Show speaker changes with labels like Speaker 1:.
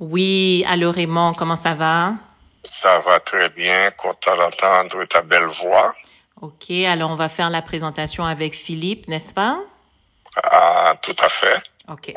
Speaker 1: Oui, allô Raymond, comment ça va?
Speaker 2: Ça va très bien, content d'entendre ta belle voix.
Speaker 1: Ok, alors on va faire la présentation avec Philippe, n'est-ce pas?
Speaker 2: Ah, tout à fait.
Speaker 1: Ok.